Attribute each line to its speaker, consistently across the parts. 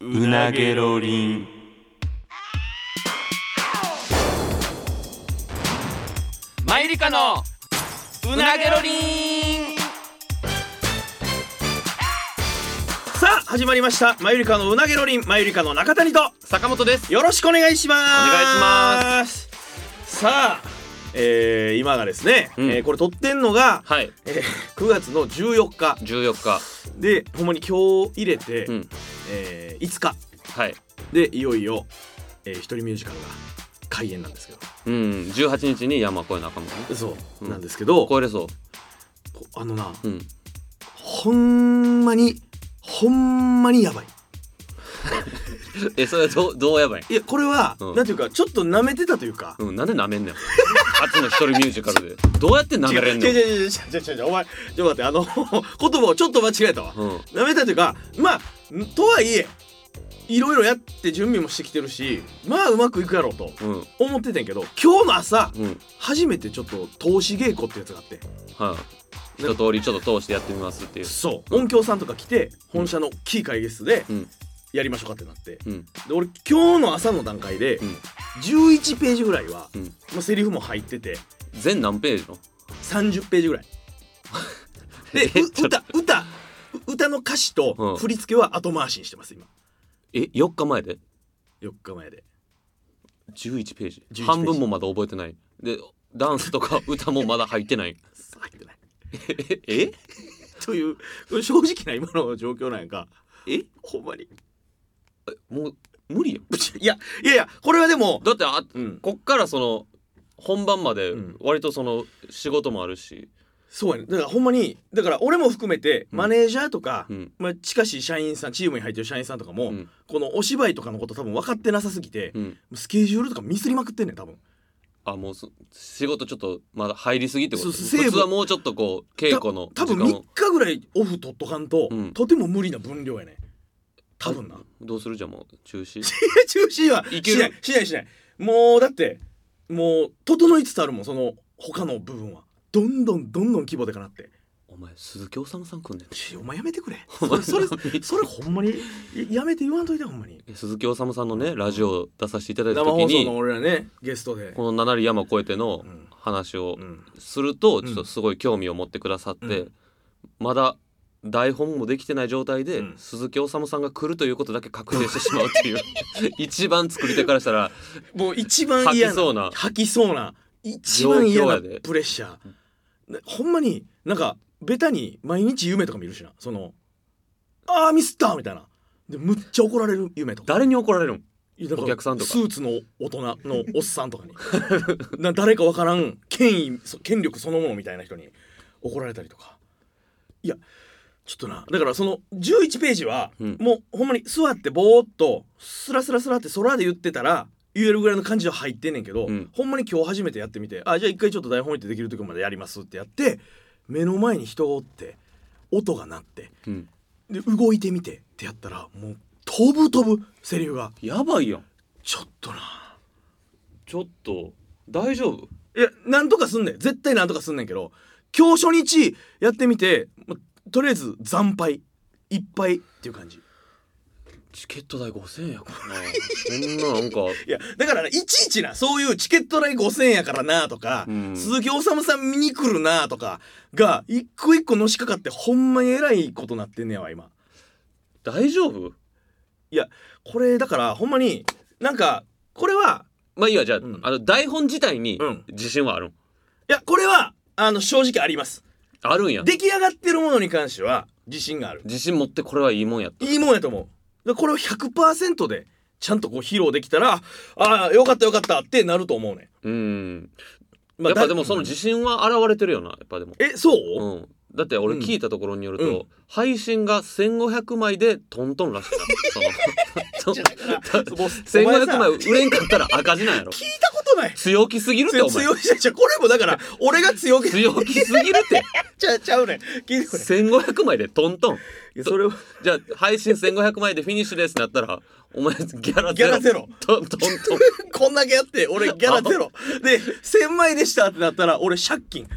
Speaker 1: うなげろりん
Speaker 2: マユリカのうなげろりん
Speaker 3: さあ始まりましたマユリカのうなげロリンマユリカの中谷と
Speaker 2: 坂本です
Speaker 3: よろしくお願いします
Speaker 2: お願
Speaker 3: いしますさあ、えー、今がですね、
Speaker 2: うん
Speaker 3: えーこれ撮ってんのが、
Speaker 2: はい
Speaker 3: えー、9月の14日
Speaker 2: 14日
Speaker 3: でほんまに今日入れて、
Speaker 2: うん
Speaker 3: えー5日
Speaker 2: はい
Speaker 3: でいよいよ、えー、一人ミュージカルが開演なんですけ
Speaker 2: うん18日に山越え仲間ね
Speaker 3: どそう、
Speaker 2: うん
Speaker 3: なんですけど
Speaker 2: 越えれそ
Speaker 3: こあのな
Speaker 2: ううん
Speaker 3: ほんまにほんまにやばい
Speaker 2: えそれはどうどうやばいん
Speaker 3: いやこれは、
Speaker 2: うん
Speaker 3: なんていうかちょっと舐めてたというか、
Speaker 2: うんなんで舐めんねん初の一人ミュージカルでどうやって舐めれんの
Speaker 3: 違う違う違う違う違う違う違うお前ちょっと待ってあの 言葉をちょっと間違えたわ、
Speaker 2: うん
Speaker 3: なめたというかまあんとはいえいろいろやって準備もしてきてるしまあうまくいくやろうと
Speaker 2: うん
Speaker 3: 思ってたんやけど今日の朝
Speaker 2: うん
Speaker 3: 初めてちょっと投資稽古ってやつがあって
Speaker 2: はい一通りちょっと通してやってみますっていう
Speaker 3: そう音響さんとか来て本社のキー会議室で
Speaker 2: うん
Speaker 3: やりましょうかってなって
Speaker 2: うん
Speaker 3: で俺今日の朝の段階で
Speaker 2: うん
Speaker 3: 11ページぐらいは、
Speaker 2: うん
Speaker 3: まあ、セリフも入ってて
Speaker 2: 全何ページの
Speaker 3: 30ページ ぐらいで
Speaker 2: え
Speaker 3: う
Speaker 2: ちょっと
Speaker 3: 歌歌う歌の歌詞
Speaker 2: うん
Speaker 3: と振り付けは後回しにしてます今
Speaker 2: え4日前で
Speaker 3: 4日前で
Speaker 2: 11ページ
Speaker 3: 11ページ
Speaker 2: 半分もまだ覚えてないでダンスとか歌もまだ入って ない
Speaker 3: 入ってない
Speaker 2: ええ
Speaker 3: という正直な今の状況なんやんか
Speaker 2: え
Speaker 3: ほんまに
Speaker 2: もう無理よ
Speaker 3: いやいやいやこれはでも
Speaker 2: だってあ
Speaker 3: うん
Speaker 2: こっからその本番まで
Speaker 3: うん
Speaker 2: 割とその仕事もあるし、
Speaker 3: そうやねだからほんまにだから俺も含めて
Speaker 2: うん
Speaker 3: マネージャーとか、
Speaker 2: うん
Speaker 3: まあ、近しい社員さんチームに入ってる社員さんとかも、
Speaker 2: うん
Speaker 3: このお芝居とかのこと多分分かってなさすぎて、
Speaker 2: うん、
Speaker 3: スケジュールとかミスりまくってんねん多分
Speaker 2: あもうそ仕事ちょっとまだ入りすぎってこと
Speaker 3: そうそう
Speaker 2: 普通はもうちょっとこう稽古の
Speaker 3: た
Speaker 2: 時
Speaker 3: 多分
Speaker 2: 間
Speaker 3: 3
Speaker 2: を
Speaker 3: 日ぐらいオフ取っとかんと、
Speaker 2: うん
Speaker 3: とても無理な分量やね多分ないや
Speaker 2: どうするじゃあもう中 止
Speaker 3: 中止はい
Speaker 2: ける
Speaker 3: しないしないしないもうだってもう整いつつあるもんその他の部分はどんどんどんどん規模でかなって
Speaker 2: お前鈴木おさむさん来んねん
Speaker 3: ちお前やめてくれそ
Speaker 2: お前
Speaker 3: れそれ
Speaker 2: 何
Speaker 3: それほんまにいやめて言わんといてほんまに
Speaker 2: いや鈴木おさむさんのねラジオ出させていただいた
Speaker 3: 生
Speaker 2: 時
Speaker 3: 放送の
Speaker 2: に
Speaker 3: 俺らねゲストで
Speaker 2: この七里山越えての
Speaker 3: うん
Speaker 2: 話を
Speaker 3: うん
Speaker 2: すると
Speaker 3: ん
Speaker 2: ちょっとすごい興味を持ってくださって、
Speaker 3: うん
Speaker 2: まだ台本もできてない状態で、
Speaker 3: うん
Speaker 2: 鈴木おさむさんが来るということだけ確定してしまう っていう一番作り手からしたら
Speaker 3: もう一番
Speaker 2: 吐き
Speaker 3: 嫌な
Speaker 2: そうな
Speaker 3: 吐きそうな一番嫌
Speaker 2: 状況
Speaker 3: な
Speaker 2: やで
Speaker 3: プレッシャーなほんまになんかベタに毎日夢とか見るしなそのああミスったみたいなでむっちゃ怒られる夢とか
Speaker 2: 誰に怒られるん
Speaker 3: いやだら
Speaker 2: お客さんとか
Speaker 3: スーツの大人のおっさんとかにな誰かわからん権威そ権力そのものみたいな人に怒られたりとかいやちょっとなだからその11ページは、
Speaker 2: うん
Speaker 3: もうほんまに座ってぼーっとスラスラスラって空で言ってたら言えるぐらいの感じは入ってんねんけど、
Speaker 2: うん
Speaker 3: ほんまに今日初めてやってみてあじゃあ一回ちょっと台本行ってできるとこまでやりますってやって目の前に人がおって音が鳴って
Speaker 2: うん
Speaker 3: で動いてみてってやったらもう飛ぶ飛ぶセリフが
Speaker 2: やばいやん
Speaker 3: ちょっとな
Speaker 2: ちょっと大丈夫
Speaker 3: いやなんとかすんねん絶対なんとかすんねんけど今日初日やってみてまとりあえず惨敗いっぱいっていう感じ
Speaker 2: チケット代5000円やか らなそんななんか
Speaker 3: いやだからねいちいちなそういうチケット代5000円やからなとか、
Speaker 2: うん
Speaker 3: 鈴木おさむさん見に来るなとかが一個一個のしかかってほんまにえらいことなってんねやわ今
Speaker 2: 大丈夫
Speaker 3: これだからほんまになんかこれは
Speaker 2: まあいいわじゃあ,、
Speaker 3: うん
Speaker 2: あの台本自体に
Speaker 3: うん
Speaker 2: 自信はあるん、
Speaker 3: いやこれはあの正直あります
Speaker 2: あるんや
Speaker 3: 出来上がってるものに関しては自信がある
Speaker 2: 自信持ってこれはいいもんやった
Speaker 3: いいもんやと思う。だからこれを100%でちゃんとこう披露できたら、ああ、よかったよかったってなると思うね。
Speaker 2: うん
Speaker 3: まあ
Speaker 2: やっぱでも
Speaker 3: だ
Speaker 2: その自信は現れてるよなやっぱでも
Speaker 3: え、そう、
Speaker 2: うん、だって俺聞いたところによると、
Speaker 3: うん
Speaker 2: 配信が1500枚でトントンら しいなそのそ
Speaker 3: もうお前さ
Speaker 2: 1500枚売れんかったら赤字な んやろ
Speaker 3: 聞いたことない。
Speaker 2: 強気すぎるって
Speaker 3: 強
Speaker 2: お前
Speaker 3: 強いじゃんじゃあこれもだから、俺が強気
Speaker 2: 強気すぎるって
Speaker 3: ちゃうちゃうねん。聞いてくれ。
Speaker 2: 1500枚でトントン
Speaker 3: やそれは
Speaker 2: じゃあ配信1500枚でフィニッシュですってなったらお前ギャラ
Speaker 3: ギャ
Speaker 2: ゼロ
Speaker 3: ラゼロ
Speaker 2: トントントン
Speaker 3: こんだけやって俺ギャラゼロで1000枚でしたってなったら俺借金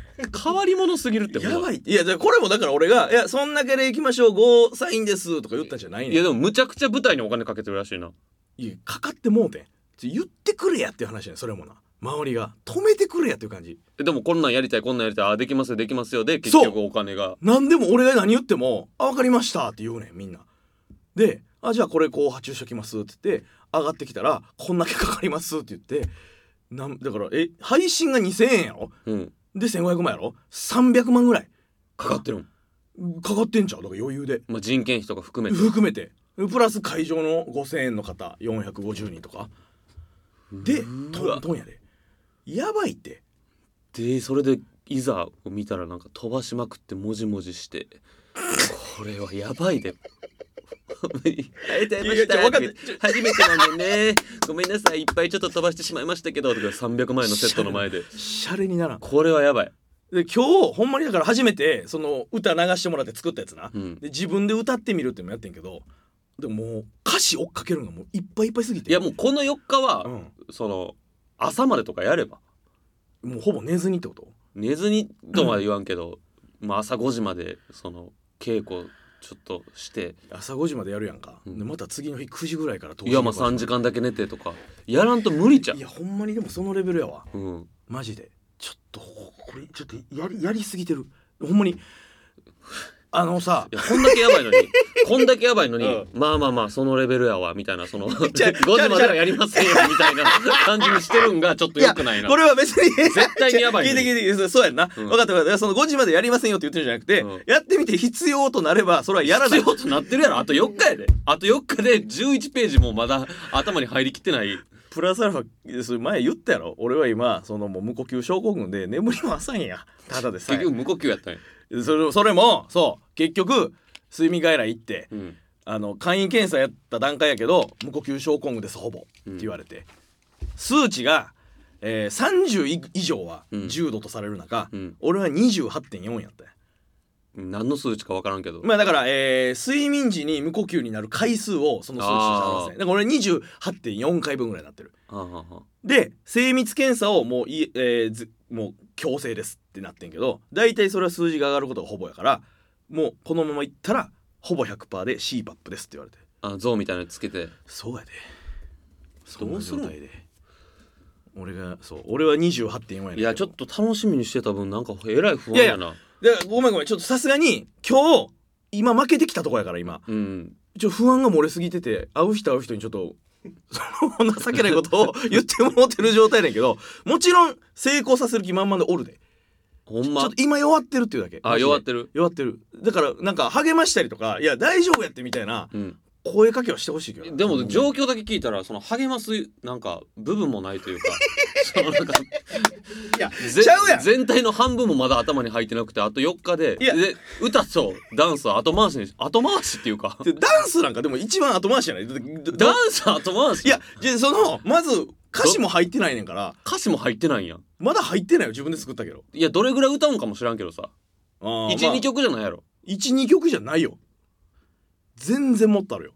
Speaker 2: 変わり者すぎるって
Speaker 3: やば
Speaker 2: い
Speaker 3: いいやじゃあこれもだから俺が「いやそんだけでいきましょうゴーサインです」とか言ったんじゃないねん
Speaker 2: いやでもむちゃくちゃ舞台にお金かけてるらしいない
Speaker 3: やかかってもうてんちょ言ってくれやっていう話やねんそれもな周りが止めてくれやっていう感じ
Speaker 2: えでもこんなんやりたいこんなんやりたいあできますよできますよで結局
Speaker 3: そ
Speaker 2: お金が
Speaker 3: 何でも俺が何言っても「あ分かりました」って言うねんみんなで「あじゃあこれこう発注しときます」って言って上がってきたら「こんだけかかります」って言ってなんだからえ配信が2,000円やろ
Speaker 2: うん
Speaker 3: で1500万やろ300万ぐらい
Speaker 2: かかってるもん、
Speaker 3: かかってんちゃうだから余裕で
Speaker 2: まあ、人件費とか含めて
Speaker 3: 含めてプラス会場の5,000円の方450人とかで
Speaker 2: う
Speaker 3: ト
Speaker 2: わ
Speaker 3: ントンやでやばいって
Speaker 2: でそれでいざを見たらなんか飛ばしまくってもじもじしてこれはやばいでやりたいました
Speaker 3: いやいや分かって
Speaker 2: 初めてなんでねごめんなさいいっぱいちょっと飛ばしてしまいましたけどとか300万円のセットの前で
Speaker 3: シャレにならん
Speaker 2: これはやばい、
Speaker 3: で今日ほんまにだから初めてその歌流してもらって作ったやつな、
Speaker 2: うん、
Speaker 3: で自分で歌ってみるっていうのもやってんけどでももう歌詞追っかけるのがもういっぱいいっぱいすぎて
Speaker 2: いやもうこの4日は、
Speaker 3: うん、
Speaker 2: その朝までとかやれば
Speaker 3: もうほぼ寝ずにってこと
Speaker 2: 寝ずにとは言わんけど、まあ朝5時までその稽古ちょっとして
Speaker 3: 朝5時までやるやんか、
Speaker 2: うん
Speaker 3: でまた次の日9時ぐらいから東
Speaker 2: いやまあ3時間だけ寝てとかやらんと無理じゃん
Speaker 3: いやほんまにでもそのレベルやわ
Speaker 2: うん、
Speaker 3: マジでちょっとこれちょっとやりやりすぎてるほんまにあのさ
Speaker 2: いやこんだけやばいのにこんだけやばいのに、
Speaker 3: うん
Speaker 2: まあまあまあそのレベルやわみたいなその5
Speaker 3: ちゃう
Speaker 2: 時まではやりませんよみたいな感じにしてるんがちょっと良くないな
Speaker 3: これは別に絶
Speaker 2: 対にやばい
Speaker 3: 聞
Speaker 2: ね
Speaker 3: いて聞いてそうそうやんな、
Speaker 2: うん
Speaker 3: 分かった分かったその5時までやりませんよって言ってるんじゃなくて、やってみて必要となればそれはやらない
Speaker 2: 必要となってるやろあと4日やであと4日で11ページもまだ頭に入りきってない
Speaker 3: プラスアルファそれ前言ったやろ俺は今そのもう無呼吸症候群で眠りも浅いんやただでさ
Speaker 2: 結
Speaker 3: え
Speaker 2: 局無呼吸やったんや、
Speaker 3: それそれもそう結局睡眠外来行って
Speaker 2: うん
Speaker 3: あの簡易検査やった段階やけど無呼吸症候群ですほぼって
Speaker 2: うん
Speaker 3: 言われて、数値が、えー、30以上は
Speaker 2: うん
Speaker 3: 重度とされる中、
Speaker 2: うん、
Speaker 3: 俺は28.4やったんや
Speaker 2: 何の数値か分からんけど、
Speaker 3: まあだから、えー睡眠時に無呼吸になる回数をその数値として表すね
Speaker 2: あー
Speaker 3: だから俺28.4回分ぐらいになってる
Speaker 2: ああああ
Speaker 3: で精密検査をもうい、えーずもう強制ですってなってんけど大体それは数字が上がることがほぼやからもうこのままいったらほぼ100%で CPAP ですって言われて
Speaker 2: あ像みたいなのつけて
Speaker 3: そうやでそ
Speaker 2: ど
Speaker 3: の
Speaker 2: うする
Speaker 3: 状
Speaker 2: ん
Speaker 3: 態で俺がそう俺は28.4やねん
Speaker 2: いやちょっと楽しみにしてた分なんかえらい不安
Speaker 3: いやいや
Speaker 2: やな
Speaker 3: とだからごめんごめんちょっとさすがに今日今負けてきたとこやから今
Speaker 2: うん
Speaker 3: ちょ不安が漏れすぎてて会う人会う人にちょっとその情けないことを言ってもらってる状態だけどもちろん成功させる気満々でおるで、
Speaker 2: ほん
Speaker 3: ちょ
Speaker 2: ま
Speaker 3: っと今弱ってるっていうだけ
Speaker 2: あ弱っててる
Speaker 3: 弱ってるだからなんか励ましたりとかいや大丈夫やってみたいな
Speaker 2: うん
Speaker 3: 声かけはしてほしいけどな
Speaker 2: でも状況だけ聞いたらその励ますなんか部分もないという かそのなんか
Speaker 3: いや
Speaker 2: ぜ
Speaker 3: ちゃうやん
Speaker 2: 全体の半分もまだ頭に入ってなくてあと4日で
Speaker 3: いや
Speaker 2: で歌とダンスは後回しにし後回しっていうか
Speaker 3: でダンスなんかでも一番後回しじゃないだってだ
Speaker 2: ダンスは後回し
Speaker 3: いやじゃあそのまず歌詞も入ってないねんから
Speaker 2: 歌詞も入ってないんやん
Speaker 3: まだ入ってないよ自分で作ったけど
Speaker 2: いやどれぐらい歌うんかも知らんけどさ12、
Speaker 3: 12曲
Speaker 2: 曲じゃないやろ
Speaker 3: 12曲じゃないよ全然もっとあるよ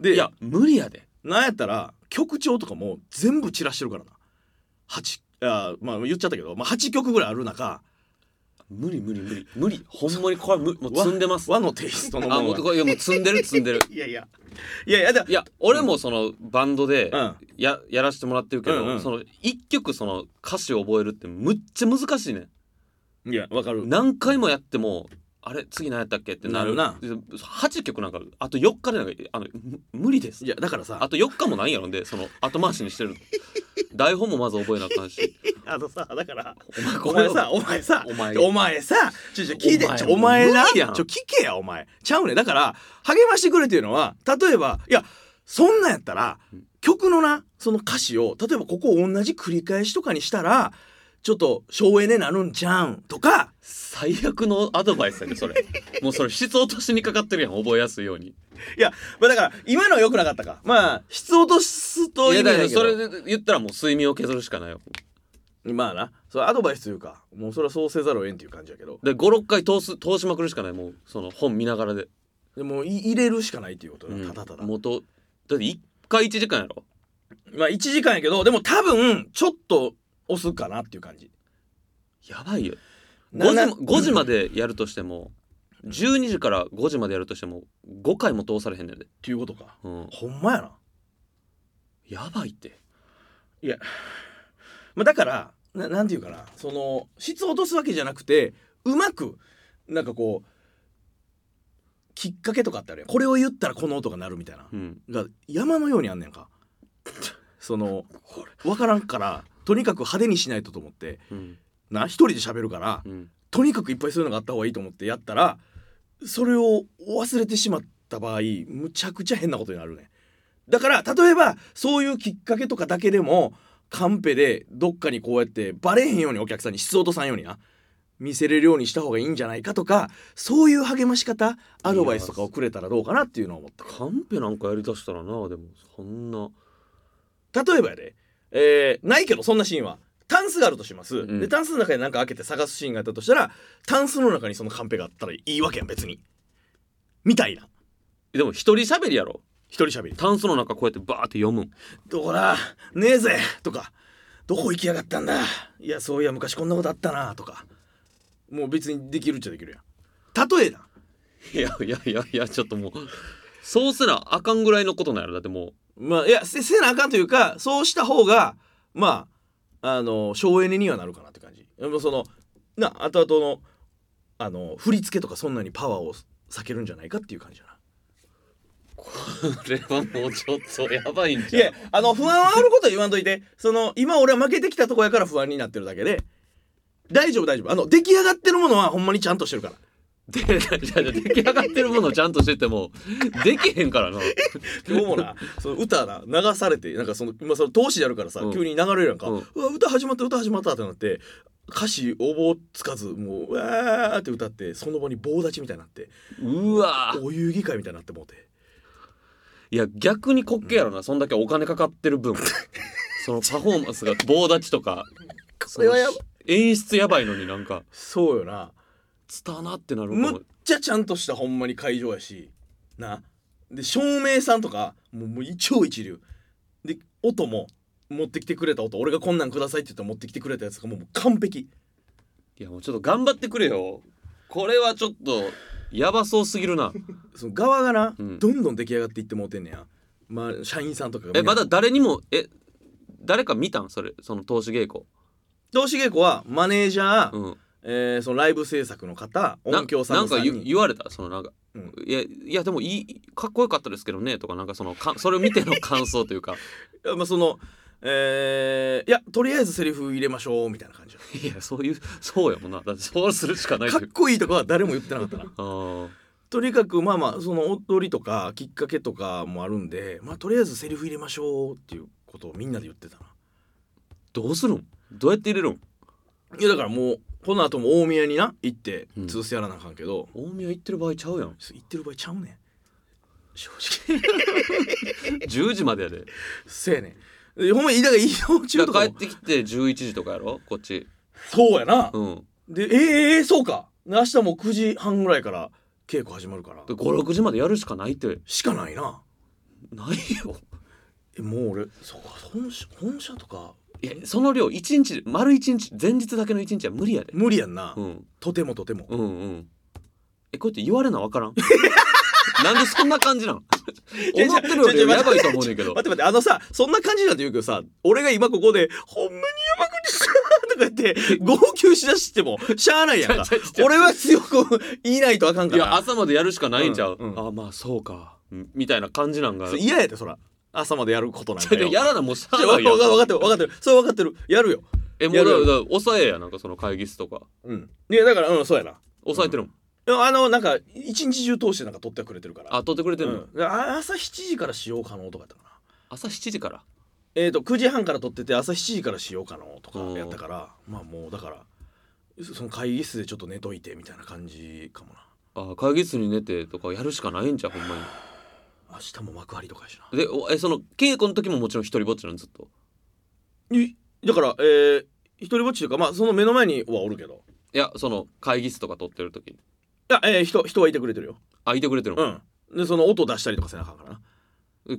Speaker 3: で
Speaker 2: いや無理やで
Speaker 3: なんやったら曲調とかも全部散らしてるからな8あまあ言っちゃったけど、まあ、8曲ぐらいある中
Speaker 2: 無理無理無理無理ほんまにこれは無もう
Speaker 3: わ
Speaker 2: 積んでます
Speaker 3: 和のテイストのも
Speaker 2: あ
Speaker 3: の
Speaker 2: もう
Speaker 3: が
Speaker 2: これいやもう積んでる積んでる
Speaker 3: いやいやいやいやだ
Speaker 2: いや俺もそのバンドで
Speaker 3: うん
Speaker 2: や,、やらしてもらってるけど、
Speaker 3: うんうん
Speaker 2: その一曲その歌詞を覚えるってむっちゃ難しいね
Speaker 3: いやわかる
Speaker 2: ん何回もやってもあれ次何やったっけってなる
Speaker 3: な
Speaker 2: で8曲なんかあと4日でなんかあのむ無理です
Speaker 3: いやだからさ
Speaker 2: あと4日もないんやろんでその後回しにし てる台本もまず覚えなあかんし
Speaker 3: あのさだから
Speaker 2: お前
Speaker 3: お
Speaker 2: これ
Speaker 3: 前さお前さ
Speaker 2: お前
Speaker 3: お前さちょちょ聞いて
Speaker 2: お前
Speaker 3: ちょお前な
Speaker 2: 無理
Speaker 3: ち
Speaker 2: や
Speaker 3: ょ
Speaker 2: ん
Speaker 3: 聞けやお前ちゃうねだから励ましてくれっていうのは例えばいやそんなんやったら
Speaker 2: うん
Speaker 3: 曲のなその歌詞を例えばここを同じ繰り返しとかにしたらちょっと省エネなるんちゃうんとか
Speaker 2: 最悪のアドバイスやね それもうそれ質落としにかかってるやん覚えやすいように
Speaker 3: いやまあだから今のは良くなかったかまあ質落とすと
Speaker 2: い
Speaker 3: 意味
Speaker 2: やだ
Speaker 3: ない
Speaker 2: か
Speaker 3: け
Speaker 2: ら
Speaker 3: ど
Speaker 2: それで言ったらもう睡眠を削るしかないよ
Speaker 3: まあなそれアドバイスというかもうそれはそうせざるを得んっていう感じやけど
Speaker 2: で56回通す通しまくるしかないもうその本見ながらで
Speaker 3: でもい入れるしかないっていうことよ、
Speaker 2: うん
Speaker 3: ただただ
Speaker 2: 元だって一回一時間やろ
Speaker 3: まあ1時間やけどでも多分ちょっと押すかなっていう感じ
Speaker 2: やばいよ
Speaker 3: なな
Speaker 2: 5時五時までやるとしても12時から5時までやるとしても5回も通されへんねんで、
Speaker 3: っていうことか
Speaker 2: うん、
Speaker 3: ほんまやな、
Speaker 2: やばいって
Speaker 3: まあ、だからななんていうかなその質を落とすわけじゃなくてうまくなんかこうきっかけとかってあるやんこれを言ったらこの音が鳴るみたいな
Speaker 2: うん
Speaker 3: が山のようにあんねんかその分からんからとにかく派手にしないとと思って
Speaker 2: うん
Speaker 3: な一人で喋るから
Speaker 2: うん
Speaker 3: とにかくいっぱいそういうのがあった方がいいと思ってやったらそれを忘れてしまった場合むちゃくちゃ変なことになるねだから例えばそういうきっかけとかだけでもカンペでどっかにこうやってバレへんようにお客さんに質を落とさんようにな見せれるようにした方がいいんじゃないかとかそういう励まし方アドバイスとかをくれたらどうかなっていうのを思った
Speaker 2: カンペなんかやりだしたらなでもそんな
Speaker 3: 例えばやで、えーないけどそんなシーンはタンスがあるとします、
Speaker 2: ん
Speaker 3: でタンスの中に何か開けて探すシーンがあったとしたらタンスの中にそのカンペがあったらいいわけやん別にみたいな
Speaker 2: でも一人喋りやろ
Speaker 3: 一人喋り
Speaker 2: タンスの中こうやってバーって読むん
Speaker 3: 「どこだねえぜ」とか「どこ行きやがったんだいやそういや昔こんなことあったな」とかもう別にできるっちゃできるやん例えない
Speaker 2: やいやいやいやちょっともうそうすらあかんぐらいのことなんやろだっても
Speaker 3: まあいやせせなあかんというかそうした方がまああの省エネにはなるかなって感じでもそのな後々のあの振り付けとかそんなにパワーを避けるんじゃないかっていう感じだな
Speaker 2: う これはもうちょっとやばいん
Speaker 3: いやあの不安はあることは言わんといてその今俺は負けてきたとこやから不安になってるだけで大丈夫大丈夫あの出来上がってるものはほんまにちゃんとしてるから
Speaker 2: でじゃあじゃあ出来上がってるものをちゃんとしててもできへんからな
Speaker 3: 今日もなその歌な流されてなんかその今その投資やるからさ、
Speaker 2: うん
Speaker 3: 急に流れるやんか、う
Speaker 2: うん
Speaker 3: わ歌始まった歌始まったってなって歌詞応募つかずもううわーって歌ってその場に棒立ちみたいになって
Speaker 2: うわ
Speaker 3: お遊戯会みたいになってもうて
Speaker 2: いや逆に滑稽やろなそんだけお金かかって る分そのパフォーマンスが棒立ちとか
Speaker 3: これはやば
Speaker 2: その演出やばいのになんか
Speaker 3: そうよな
Speaker 2: 伝わなってなる
Speaker 3: むっちゃちゃんとしたほんまに会場やしなで照明さんとかもうもう超一流で音も持ってきてくれた音俺がこんなんくださいって言って持ってきてくれたやつがもう完璧
Speaker 2: いやもうちょっと頑張ってくれよこれはちょっとやばそうすぎるな
Speaker 3: その側がな、
Speaker 2: うん
Speaker 3: どんどん出来上がっていってもうてんねや、まあ、社員さんとかが
Speaker 2: えまだ誰にもえ誰か見たんそれその投資稽古
Speaker 3: 投資稽古はマネージャー、
Speaker 2: うん
Speaker 3: えーそのライブ制作の方
Speaker 2: な
Speaker 3: 音響さんの
Speaker 2: なんか
Speaker 3: 3
Speaker 2: 言
Speaker 3: 人
Speaker 2: 言われたそのなんか、
Speaker 3: うん
Speaker 2: いやいやでもいいかっこよかったですけどねとかなんかそのかそれを見ての感想というか
Speaker 3: いやまあそのえーいやとりあえずセリフ入れましょうみ たいな感じ
Speaker 2: いやそういうそうやもんなだってそうするしかない
Speaker 3: か
Speaker 2: とい
Speaker 3: っ
Speaker 2: う
Speaker 3: こいいとかは誰も言ってなかったな
Speaker 2: あー
Speaker 3: とにかくまあまあその踊りとかきっかけとかもあるんでまあとりあえずセリフ入れましょうっていうことをみんなで言ってたな
Speaker 2: どうするんどうやって入れるん
Speaker 3: いやだからもうこの後も大宮にな行って
Speaker 2: うん
Speaker 3: 通すやらなあかんけど、
Speaker 2: 大宮行ってる場合ちゃうやん
Speaker 3: 行ってる場合ちゃうねん正直
Speaker 2: 10時までやで
Speaker 3: せやねんでほんまにだから移動中
Speaker 2: だ
Speaker 3: と
Speaker 2: か
Speaker 3: からも
Speaker 2: 帰ってきて11時とかやろこっち
Speaker 3: そうやな、
Speaker 2: うん
Speaker 3: でえー、えー、そうかで明日も9時半ぐらいから稽古始まるから
Speaker 2: 56時までやるしかないって
Speaker 3: しかないな
Speaker 2: ないよ
Speaker 3: えもう俺そうか本社本社とか
Speaker 2: いやその量一日丸一日前日だけの一日は無理やで
Speaker 3: 無理やんな、
Speaker 2: うん
Speaker 3: とてもとても、
Speaker 2: うんうんえこうやって言われな分からんなんでそんな感じなん思ってるよりやばいと思うねんけど
Speaker 3: 待って待ってあのさそんな感じなんて言うけどさ俺が今ここで「ほんまにやばくてさ」とか言って 号泣しだしても しゃあないやんか
Speaker 2: 違う違う違う
Speaker 3: 俺は強く言いないとあかんか
Speaker 2: いや
Speaker 3: ら
Speaker 2: 朝までやるしかないんちゃう、
Speaker 3: うんうん
Speaker 2: あまあそうかうんみたいな感じなんが
Speaker 3: そう嫌やでそら朝までやることなん
Speaker 2: ちょ
Speaker 3: か
Speaker 2: っと
Speaker 3: よ
Speaker 2: やらなもうしゃあ
Speaker 3: 分か
Speaker 2: ないやん
Speaker 3: 分かってる分かってるそれ分かってるやるよ
Speaker 2: えもうだからだから抑えやなんかその会議室とか
Speaker 3: うんいやだからうんそうやな
Speaker 2: 抑えてるもん、
Speaker 3: でもあのなんか一日中通してなんか撮ってはくれてるから
Speaker 2: あ取ってくれてるの、
Speaker 3: うんであ朝7時から使用可能とかやったかな
Speaker 2: 朝7時から
Speaker 3: えー、と9時半から撮ってて朝7時からしようかなとかやったからまあもうだからそその会議室でちょっと寝といてみたいな感じかもな
Speaker 2: あ会議室に寝てとかやるしかないんじゃうほんま
Speaker 3: 明日も幕張りとかやし
Speaker 2: にでおえその稽古の時ももちろん一人ぼっちなんずっと
Speaker 3: なえだからえー、一人ぼっちというかまあその目の前にはおるけど
Speaker 2: いやその会議室とか取ってる時
Speaker 3: いやえー、人人はいてくれてるよ
Speaker 2: あいてくれてるの、
Speaker 3: うんでその音出したりとかせなあかんからな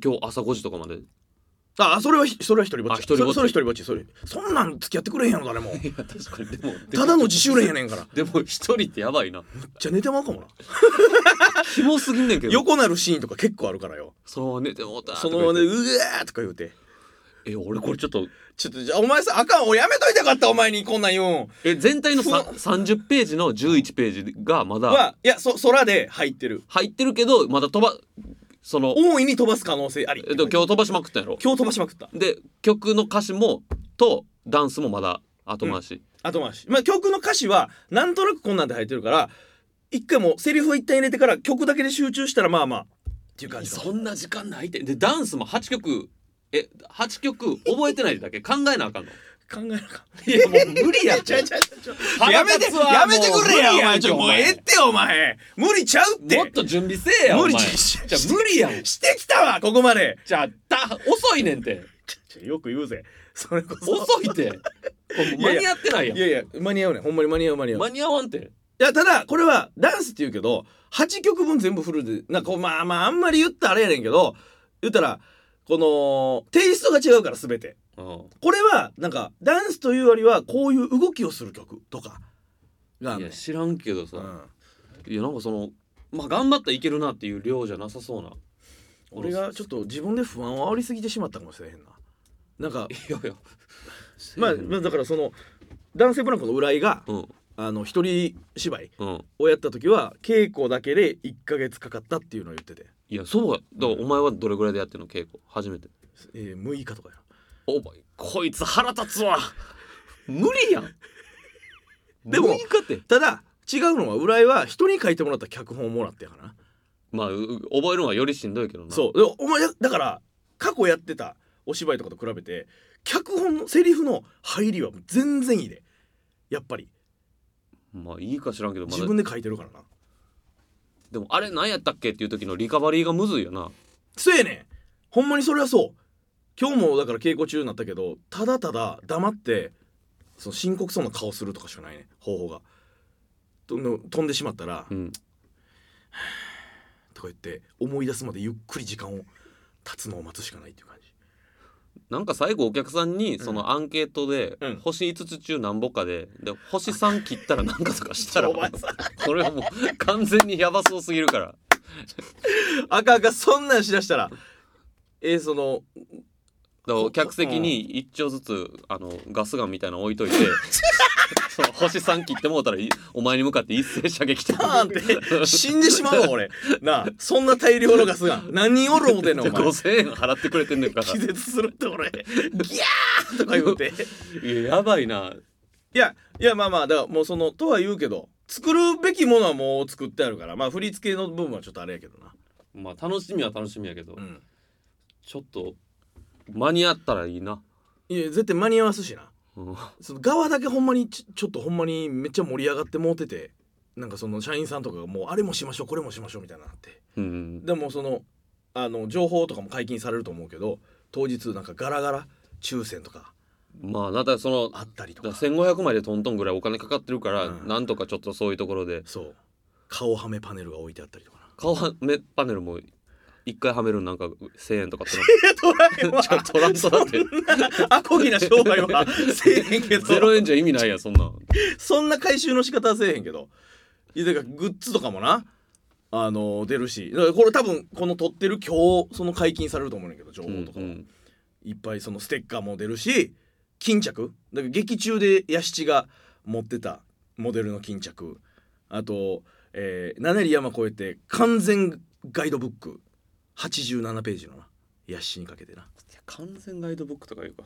Speaker 2: 今日朝5時とかまで
Speaker 3: ああそれはひそれは一人ぼっ
Speaker 2: あ
Speaker 3: ち
Speaker 2: 一人ぼ
Speaker 3: それ
Speaker 2: っち
Speaker 3: それ一人ぼっちそれそんなん付き合ってくれへんやろ誰も
Speaker 2: いや確かに でもで
Speaker 3: ただの自主練やねんから
Speaker 2: でも一人ってやばいな
Speaker 3: じゃあ寝てまうかもな
Speaker 2: キモすぎんねんけど
Speaker 3: 横なるシーンとか結構あるからよ
Speaker 2: そのまま寝てもうた
Speaker 3: そのままで「
Speaker 2: と
Speaker 3: う
Speaker 2: か
Speaker 3: わ!」とか言うて
Speaker 2: 言ってえ俺これちょっと
Speaker 3: ちょっとじゃあお前さあかん俺やめといてよかったお前にこんなん言うん
Speaker 2: え全体のさ
Speaker 3: ふわ
Speaker 2: 30ページの11ページがまだ
Speaker 3: はいやそ空で入ってる
Speaker 2: 入ってるけどまだ飛ばその
Speaker 3: 大いに飛ばす可能性あり
Speaker 2: えっと今日飛ばしまくったやろ
Speaker 3: 今日飛ばしまくった
Speaker 2: で曲の歌詞もとダンスもまだ後回し、
Speaker 3: 後回し、まあ、曲の歌詞はなんとなくこんなんで入ってるから一回もうセリフ一旦入れてから曲だけで集中したらまあまあっていう感じ
Speaker 2: そんな時間ないってでダンスも8曲え8曲覚えてないだけ 考えなあかんの
Speaker 3: 考えなあかん
Speaker 2: いやもう無理やって
Speaker 3: ちゃちゃちゃやめてやめてくれやお前ちょもうええってお前無理ちゃうって
Speaker 2: もっと準備せえやお前
Speaker 3: 無理
Speaker 2: じ
Speaker 3: じ
Speaker 2: ゃ無理やん
Speaker 3: してきたわここまで
Speaker 2: じゃあた遅いねんて
Speaker 3: ちょよく言うぜそれこそ
Speaker 2: 遅いてこれ間に合って ないやん
Speaker 3: いやいや間に合うねほんまに間に合う間に合う
Speaker 2: 間に合わんて
Speaker 3: いやただこれはダンスって言うけど8曲分全部フルでなんかこうまあまああんまり言ったらあれやねんけど言ったらこのテイストが違うから全て
Speaker 2: うん
Speaker 3: これはなんかダンスというよりはこういう動きをする曲とかがあん
Speaker 2: い
Speaker 3: ねん
Speaker 2: や知らんけどさ、
Speaker 3: うん
Speaker 2: いやなんかそのまあ頑張ったらいけるなっていう量じゃなさそうな
Speaker 3: 俺がちょっと自分で不安を煽りすぎてしまったかもしれへんななんか
Speaker 2: いやいや
Speaker 3: まあ、まあ、だからその男性ブランコの浦井が
Speaker 2: うん
Speaker 3: あの一人芝居
Speaker 2: うん
Speaker 3: をやった時は稽古だけで1ヶ月かかったっていうのを言ってて、
Speaker 2: いやそうやだからお前はどれぐらいでやってんの稽古初めて
Speaker 3: えー、6日とかや
Speaker 2: お前こいつ腹立つわ 無理やん
Speaker 3: でも
Speaker 2: 無理かって
Speaker 3: ただ違うのは浦井は人に書いてもらった脚本をもらってやからな
Speaker 2: まあう覚えるのはよりしんどいけどな
Speaker 3: そうでお前だから過去やってたお芝居とかと比べて脚本のセリフの入りは全然いいでやっぱり
Speaker 2: まあいいか知らんけど、まだ、
Speaker 3: 自分で書いてるからな
Speaker 2: でもあれ何やったっけっていう時のリカバリーがむずいよな
Speaker 3: そうやねんほんまにそれはそう今日もだから稽古中になったけどただただ黙ってその深刻そうな顔するとかしかないね方法がとの飛んでしまったら、
Speaker 2: うん
Speaker 3: とか言って思い出すまでゆっくり時間を経つのを待つしかないっていう感じ
Speaker 2: なんか最後お客さんにそのアンケートで、
Speaker 3: うん
Speaker 2: 星5つ中何ぼかでで星3切ったら何かとかした ら
Speaker 3: お前さ
Speaker 2: これはもう完全にやばそうすぎるから
Speaker 3: あかんあかんそんなんしだしたらえー、その
Speaker 2: だから客席に一丁ずつあのガスガンみたいなの置いと いてその星3切ってもうたらいお前に向かって一斉射撃して
Speaker 3: パー ンって死んでしまうわ俺なあそんな大量のガスが何人おる思て んのお前
Speaker 2: 5000円払ってくれてんねんから
Speaker 3: 気絶するって俺ギャーとか言うて
Speaker 2: いややばいない
Speaker 3: やいやまあまあだからもうそのとは言うけど作るべきものはもう作ってあるからまあ振り付けの部分はちょっとあれやけどな
Speaker 2: まあ楽しみは楽しみやけど、
Speaker 3: うん
Speaker 2: ちょっと間に合ったらいいな、
Speaker 3: いや絶対間に合わすしな
Speaker 2: うん
Speaker 3: その側だけほんまにちちょっとほんまにめっちゃ盛り上がってもうててなんかその社員さんとかがもうあれもしましょうこれもしましょうみたいになって
Speaker 2: うん、
Speaker 3: でもそのあの情報とかも解禁されると思うけど当日なんかガラガラ抽選とか
Speaker 2: まあだからその
Speaker 3: あったりと
Speaker 2: だから
Speaker 3: か
Speaker 2: 1500枚でトントンぐらいお金かかってるから、
Speaker 3: うん
Speaker 2: なんとかちょっとそういうところで
Speaker 3: そう顔はめパネルが置いてあったりとかな
Speaker 2: 顔はめパネルも一回はめるのなんか1000円とか って
Speaker 3: トライ
Speaker 2: なちょっとトランプだって
Speaker 3: アコギな商売はせえへんけど
Speaker 2: ゼロ円じゃ意味ないやんそんなん
Speaker 3: そんな回収の仕方はせえへんけどいやだからグッズとかもなあの出るしだからこれ多分この撮ってる今日その解禁されると思うねんだけど情報とかも、
Speaker 2: うん
Speaker 3: いっぱいそのステッカーも出るし巾着だから劇中で弥七が持ってたモデルの巾着あと、えー、七里山越えて完全ガイドブック87ページのな弥七にかけてな
Speaker 2: 完全ガイドブックとかいうか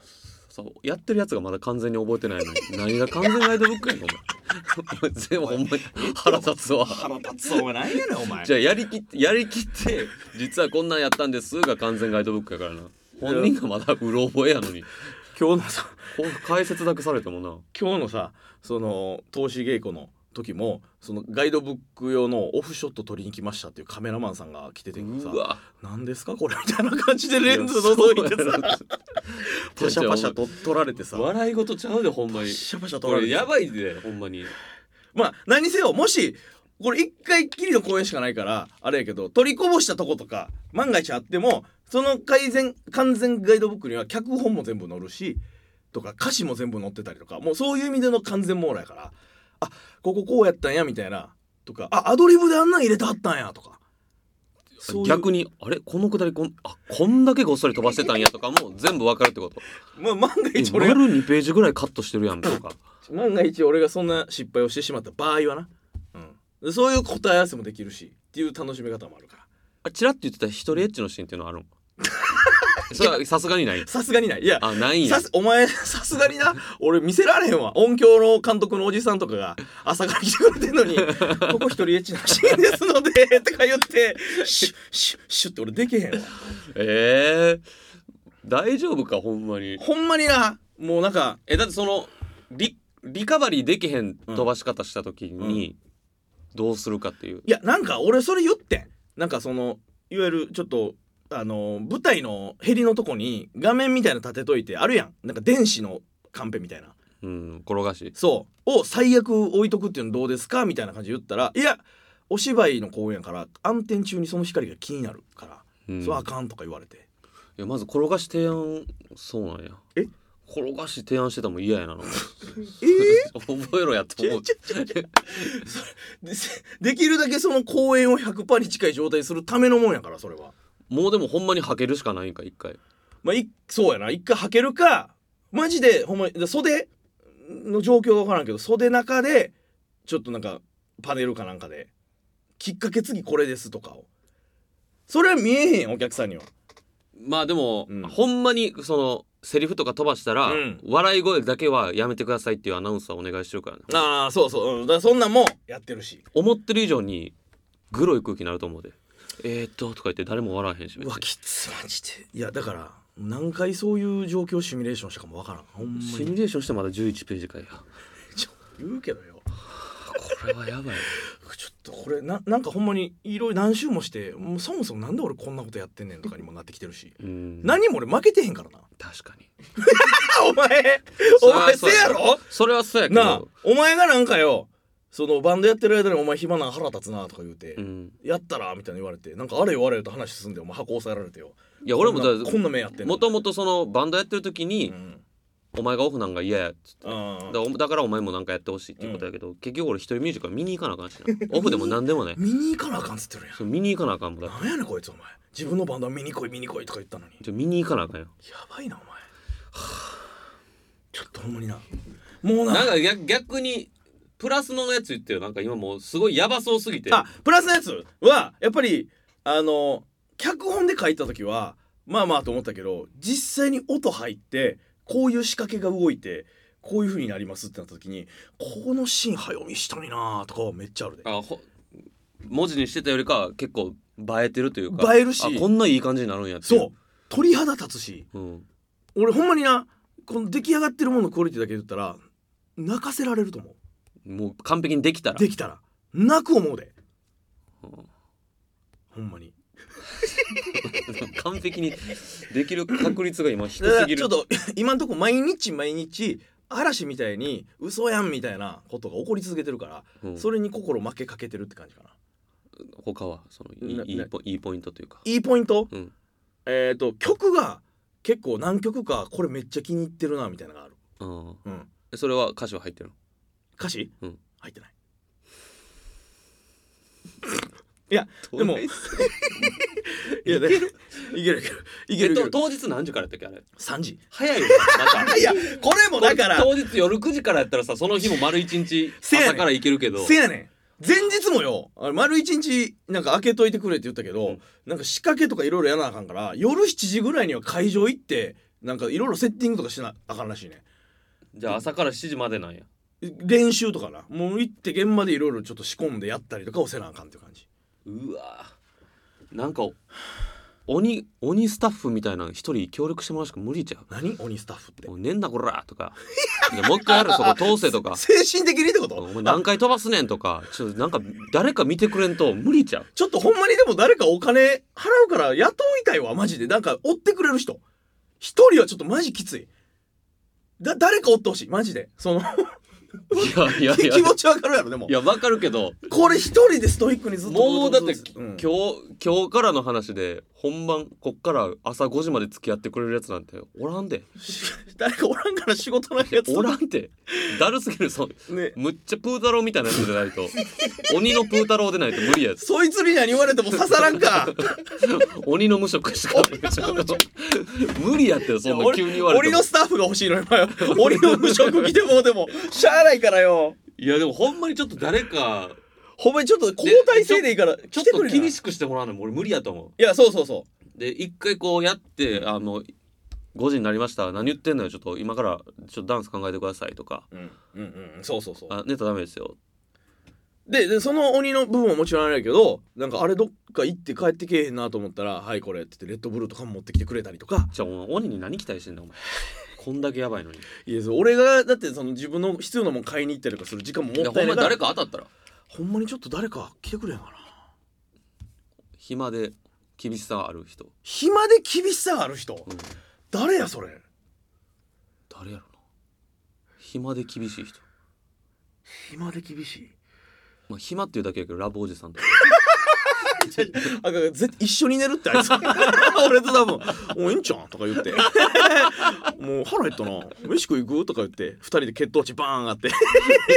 Speaker 2: そうやってるやつがまだ完全に覚えてないの に何が完全ガイドブックやねんお前お前全部ほんまに腹立つわ
Speaker 3: 立つお前何やねんお前
Speaker 2: じゃあやりきってやりきって実はこんなんやったんですが完全ガイドブックやからな本人がまだうろ覚えやのに
Speaker 3: 今日のさ
Speaker 2: こう解説だけされてもな
Speaker 3: 今日のさその投資稽古の時もそのガイドブック用のオフショット撮りに来ましたっていうカメラマンさんが来てて
Speaker 2: う
Speaker 3: さ
Speaker 2: わ
Speaker 3: 「何ですかこれ」みたいな感じでレンズ覗いて さパシャパシャと撮られてさパ
Speaker 2: 笑い事ちゃうでほんまに
Speaker 3: シャパシャ撮
Speaker 2: こ
Speaker 3: ら
Speaker 2: れ
Speaker 3: れて
Speaker 2: や
Speaker 3: さ
Speaker 2: ばいでほんまに
Speaker 3: まあ何せよもしこれ一回っきりの公演しかないからあれやけど取りこぼしたとことか万が一あってもその改善完全ガイドブックには脚本も全部載るしとか歌詞も全部載ってたりとかもうそういう意味での完全網羅やからあこここうやったんやみたいなとかあアドリブであんなん入れてはったんやとかそういう
Speaker 2: 逆にあれこのくだりこんあこんだけごっそり飛ばしてたんやとかも全部わかるってこと
Speaker 3: まあ万が
Speaker 2: え
Speaker 3: 一俺
Speaker 2: 丸
Speaker 3: が
Speaker 2: 2ページぐらいカットしてるやんとか
Speaker 3: 万が一俺がそんな失敗をしてしまった場合はな、うんで、そういう答え合わせもできるしっていう楽しみ方もあるから
Speaker 2: あちらっと言ってた一人エッチのシーンっていうのは あるんそれはさすがにない
Speaker 3: さすがにないいや
Speaker 2: あないんや
Speaker 3: さすお前 さすがにな俺見せられへんわ音響の監督のおじさんとかが朝から来てくれてんのに 「ここ一人エッチなシーンですので」とか言ってシュッシュッシュッって俺できへんわ
Speaker 2: えー、大丈夫かほんまに
Speaker 3: ほんまになもうなんか
Speaker 2: えだってそのリリカバリーできへん飛ばし方した時にどうするかっていう、
Speaker 3: いやなんか俺それ言ってんなんかそのいわゆるちょっとあの舞台のヘリのとこに画面みたいなの立てといてあるやんなんか電子のカンペみたいな
Speaker 2: うん、転がし
Speaker 3: そうを最悪置いとくっていうのどうですかみたいな感じで言ったらいやお芝居の公演やから暗転中にその光が気になるから、
Speaker 2: うん
Speaker 3: それはあかんとか言われ て
Speaker 2: いやまず転がし提案そうなんや
Speaker 3: え
Speaker 2: 転がし提案してたも嫌やななんか
Speaker 3: ええ
Speaker 2: 覚えろやと思う
Speaker 3: でせできるだけその公演を100%に近い状態にするためのもんやからそれは
Speaker 2: もうでもほんまに履けるしかないんか一回
Speaker 3: まあいそうやな一回履けるかマジでほんまにで袖の状況が分からんけど袖中でちょっとなんかパネルかなんかできっかけ次これですとかをそれは見えへんお客さんには
Speaker 2: まあでも、
Speaker 3: うん
Speaker 2: ほんまにそのセリフとか飛ばしたら、
Speaker 3: うん
Speaker 2: 笑い声だけはやめてくださいっていうアナウンスはお願いしてるからね
Speaker 3: ああそうそう、うん、だからそんなんもやってるし
Speaker 2: 思ってる以上にグロい空気になると思うでえー、っととか言って誰も笑わへんし別に
Speaker 3: きつマジでいやだから何回そういう状況シミュレーションしたかもわからんほんま
Speaker 2: シ
Speaker 3: に
Speaker 2: ミュレーションしてまだ11ページかいや
Speaker 3: ちょ言うけどよ
Speaker 2: これはやばい
Speaker 3: ちょっとこれななんかほんまにいろいろ何周もしてもうそもそもなんで俺こんなことやってんねんとかにもなってきてるし
Speaker 2: うん
Speaker 3: 何も俺負けてへんからな
Speaker 2: 確かに
Speaker 3: お前
Speaker 2: そ
Speaker 3: お
Speaker 2: りゃ
Speaker 3: 前
Speaker 2: そう
Speaker 3: せやろ
Speaker 2: それはそうやけど
Speaker 3: なあお前がなんかよそのバンドやってる間にお前暇なん腹立つなとか言うて、
Speaker 2: うん、
Speaker 3: やったらみたいな言われてなんかあれよあれよと話進んでお前箱押さえられてよ
Speaker 2: いや俺も
Speaker 3: こんなこんな目やってんの
Speaker 2: もともとそのバンドやってる時
Speaker 3: う
Speaker 2: に、
Speaker 3: ん
Speaker 2: お前がオフなんか嫌やっつって
Speaker 3: うん
Speaker 2: だからおだからお前もなんかやってほしいっていうことやけど、結局俺一人ミュージカル見に行かなあかんしなオフでも何でもない
Speaker 3: 見に行かなあかんっつってるやん
Speaker 2: そう見に行かなあかんもんだ
Speaker 3: なんやねんこいつお前自分のバンドは見に来い見に来いとか言ったのに
Speaker 2: じゃ見に行かなあかんよ
Speaker 3: やばいなお前ちょっとほんまになもうな
Speaker 2: なんか逆逆にプラスのやつ言ってよなんか今もうすごいやばそうすぎて
Speaker 3: あプラスのやつはやっぱりあの脚本で書いた時はまあまあと思ったけど実際に音入ってこういう仕掛けが動いてこういう風になりますってなった時にこのシーン早読みしたいなとかはめっちゃあるで
Speaker 2: あほ文字にしてたよりかは結構映えてるというか
Speaker 3: 映えるし
Speaker 2: あこんないい感じになるんやってい
Speaker 3: そう鳥肌立つし
Speaker 2: う、うん、
Speaker 3: 俺ほんまになこの出来上がってるもののクオリティだけで言ったら泣かせられると思う
Speaker 2: もう完璧にできたら
Speaker 3: できたら泣く思うで
Speaker 2: うん
Speaker 3: ほんまに
Speaker 2: 完璧にできる確率が今低
Speaker 3: だか
Speaker 2: す
Speaker 3: ら
Speaker 2: ぎ
Speaker 3: ちょ
Speaker 2: る
Speaker 3: っと 今んとこ毎日毎日嵐みたいに嘘やんみたいなことが起こり続けてるから、
Speaker 2: うん
Speaker 3: それに心負けかけてるって感じかな
Speaker 2: 他はそのい
Speaker 3: ない
Speaker 2: いい
Speaker 3: ない
Speaker 2: ポいいポイントというか
Speaker 3: いいポイント、
Speaker 2: うん
Speaker 3: えっ、と曲が結構何曲かこれめっちゃ気に入ってるなみたいなのがある、
Speaker 2: うん
Speaker 3: うん、
Speaker 2: えそれは歌詞は入ってるの
Speaker 3: 歌詞、
Speaker 2: うん
Speaker 3: 入ってないいやでも いやいけるいけるいけるいけ
Speaker 2: え
Speaker 3: るいけ
Speaker 2: っと
Speaker 3: る
Speaker 2: 当日何時からやったっけあれ
Speaker 3: 3時
Speaker 2: 早いよ また
Speaker 3: いやこれもだから
Speaker 2: 当日夜9時からやったらさその日も丸一日
Speaker 3: せやねん
Speaker 2: 朝から行けるけど
Speaker 3: せやねん前日もよあれ丸一日なんか開けといてくれって言ったけど、
Speaker 2: うん
Speaker 3: なんか仕掛けとかいろいろやらなあかんから夜7時ぐらいには会場行ってなんかいろいろセッティングとかしなあかんらしいね
Speaker 2: じゃあ朝から7時までなんや
Speaker 3: 練習とかなもう行って現場でいろいろちょっと仕込んでやったりとかをせなあかんっていう感じ
Speaker 2: うわなんか鬼鬼スタッフみたいなの一人協力してもらうしか無理じゃん
Speaker 3: 何鬼スタッフって
Speaker 2: もうねんなこらとかいやもう一回やるそこ通せとか
Speaker 3: 精神的にってこと
Speaker 2: お前何回飛ばすねんとかちょっとなんか誰か見てくれんと無理じゃん
Speaker 3: ちょっとほんまにでも誰かお金払うから雇いたいわマジでなんか追ってくれる人一人はちょっとマジきついだ誰か追ってほしいマジでその
Speaker 2: いやいやいや
Speaker 3: 気持ちわかるやろでも
Speaker 2: いやわかるけど
Speaker 3: これ一人でストイックにずっと
Speaker 2: もうだって
Speaker 3: うん
Speaker 2: 今日今日からの話で本番こっから朝5時まで付き合ってくれるやつなんておら んで
Speaker 3: 誰かおらんから仕事のやつ
Speaker 2: おらんてだるすぎるそう
Speaker 3: ね
Speaker 2: むっちゃプー太郎みたいなやつでな いと鬼のプー太郎でないと無理やつ
Speaker 3: そいつに何言われても刺さらん か
Speaker 2: 鬼の無職し か無理やってよそんな急に言われて
Speaker 3: 俺
Speaker 2: も
Speaker 3: のスタッフが欲しいのよお 前俺の無職着てもうでもしゃあないからよ
Speaker 2: いやでもほんまにちょっと誰か
Speaker 3: ほんまにちょっと交代制でいいから
Speaker 2: ち
Speaker 3: 来
Speaker 2: ょって
Speaker 3: く
Speaker 2: と
Speaker 3: れな
Speaker 2: 厳
Speaker 3: い
Speaker 2: しくしてもらうのも俺無理やと思
Speaker 3: やそうそうそう
Speaker 2: うで一回こうやってあの5時になりました何言ってんのよちょっと今からちょっとダンス考えてくださいとか
Speaker 3: うんうんうんそうそうそう
Speaker 2: あネタダメですよ
Speaker 3: ででその鬼の部分はもちろんあれやけどなんかあれどっか行って帰ってけえへんなと思ったら「はいこれ」って言ってレッドブルとかも持ってきてくれたりとか
Speaker 2: じゃあお前鬼に何期待してん だお前こんだけやばいのに
Speaker 3: いやそう俺がだってその自分の必要なもん買いに行ったりとかする時間もも
Speaker 2: いや
Speaker 3: っ
Speaker 2: ほ
Speaker 3: た
Speaker 2: ん
Speaker 3: いな
Speaker 2: ま
Speaker 3: い
Speaker 2: に
Speaker 3: から
Speaker 2: 誰か当たったら
Speaker 3: ほんまにちょっと誰か来てくれへんかな
Speaker 2: 暇で厳しさある人、
Speaker 3: 暇で厳しさがある人
Speaker 2: うん、
Speaker 3: 誰やそれ
Speaker 2: 誰やろな暇で厳しい人
Speaker 3: 暇で厳しい
Speaker 2: まあ暇っていうだけやけどラブおじさんとか
Speaker 3: あかんぜ一緒に寝るってあいつ 俺と多分「もうええんちゃん」とか言って 「もう腹減ったな飯食い行く?」とか言って二人で血糖値バーン上がって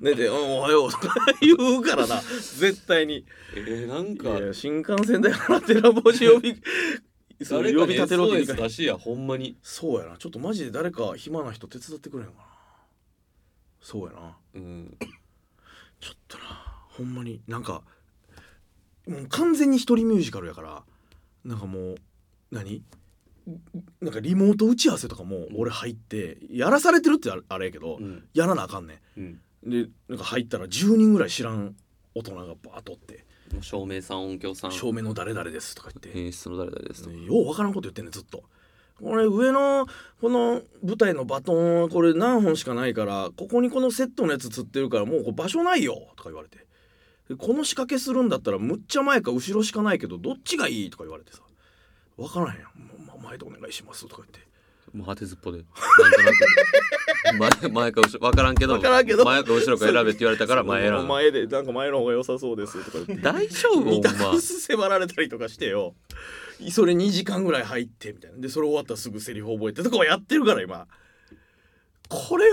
Speaker 3: 寝て「うんおはよう」とか 言うからな絶対に
Speaker 2: えー、なん
Speaker 3: いや新幹線代払ってラボジ呼びそれ呼び立てるわけにいかへん
Speaker 2: しいやほんまに
Speaker 3: そうやなちょっとマジで誰か暇な人手伝ってくれへんかなそうやな
Speaker 2: うん
Speaker 3: ちょっとなほんまになんかもう完全に一人ミュージカルやからなんかもう何なんかリモート打ち合わせとかも俺入ってやらされてるってあれあれやけど、
Speaker 2: うん
Speaker 3: やらなあかんね
Speaker 2: うん
Speaker 3: んでなんか入ったら10人ぐらい知らん大人がバーッとおって
Speaker 2: 照明さん音響
Speaker 3: 「
Speaker 2: さん
Speaker 3: 照明の誰々です」とか言って
Speaker 2: 演出の誰々ですとか、
Speaker 3: ようわからんこと言ってんねんずっと。これ上のこの舞台のバトンはこれ何本しかないからここにこのセットのやつ釣ってるからもうこれ場所ないよとか言われてでこの仕掛けするんだったらむっちゃ前か後ろしかないけどどっちがいいとか言われてさ分からへんやん、ま、前でお願いしますとか言って
Speaker 2: もう果てずっぽでなんとなく前前か後ろ分からんけど
Speaker 3: わからんけど
Speaker 2: 前か後ろか選べって言われたから前選
Speaker 3: その
Speaker 2: んだ
Speaker 3: 前でなんか前の方が良さそうですとか言って
Speaker 2: 大丈夫ほ
Speaker 3: 二
Speaker 2: ん
Speaker 3: 択
Speaker 2: ま
Speaker 3: 迫られたりとかしてよそれ2時間ぐらい入ってみたいなでそれ終わったらすぐセリフ覚えてとかはやってるから今これは